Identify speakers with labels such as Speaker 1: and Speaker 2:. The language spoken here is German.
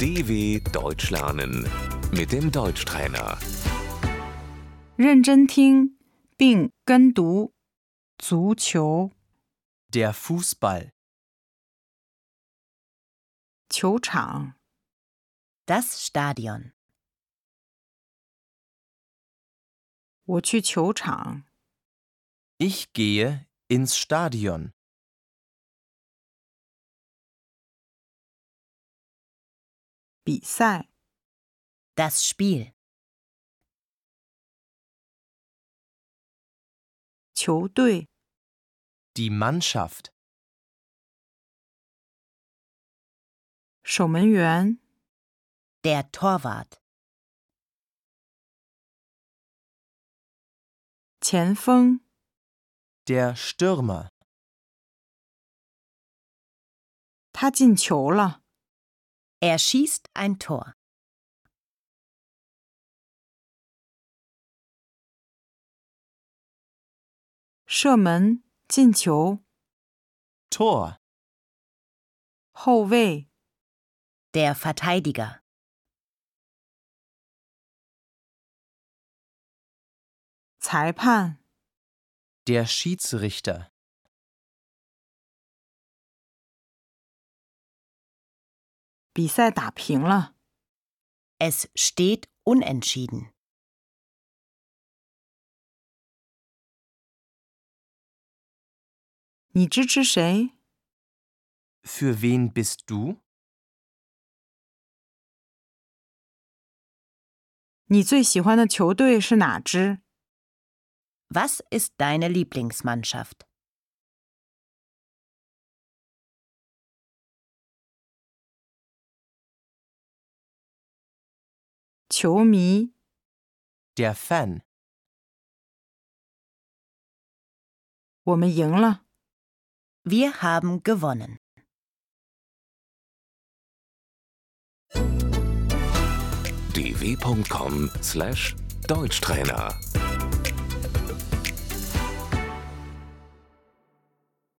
Speaker 1: DW Deutsch lernen mit dem Deutschtrainer.
Speaker 2: 认真听并跟读。足球
Speaker 3: Der Fußball.
Speaker 2: 球场、
Speaker 4: Das Stadion.
Speaker 2: 我去球场。
Speaker 3: Ich gehe ins Stadion.
Speaker 2: 比赛、
Speaker 4: Das Spiel.
Speaker 2: 球队、
Speaker 3: Die Mannschaft.
Speaker 2: 守门员、
Speaker 4: Der Torwart.
Speaker 2: 前锋、
Speaker 3: Der Stürmer.
Speaker 2: 他进球了。
Speaker 4: Er schießt ein Tor.
Speaker 2: 射门、进球、
Speaker 3: Tor.
Speaker 2: 后卫、
Speaker 4: Der Verteidiger.
Speaker 2: 裁判、
Speaker 3: Der Schiedsrichter.
Speaker 2: 比赛打平了。
Speaker 4: Es steht unentschieden.
Speaker 2: 你支持谁？
Speaker 3: Für wen bist du?
Speaker 2: 你最喜欢的球队是哪支？
Speaker 4: Was ist deine Lieblingsmannschaft?
Speaker 2: «球迷、
Speaker 3: Der Fan.
Speaker 2: 我们赢了。
Speaker 4: Wir haben gewonnen.
Speaker 1: dw.com/deutschtrainer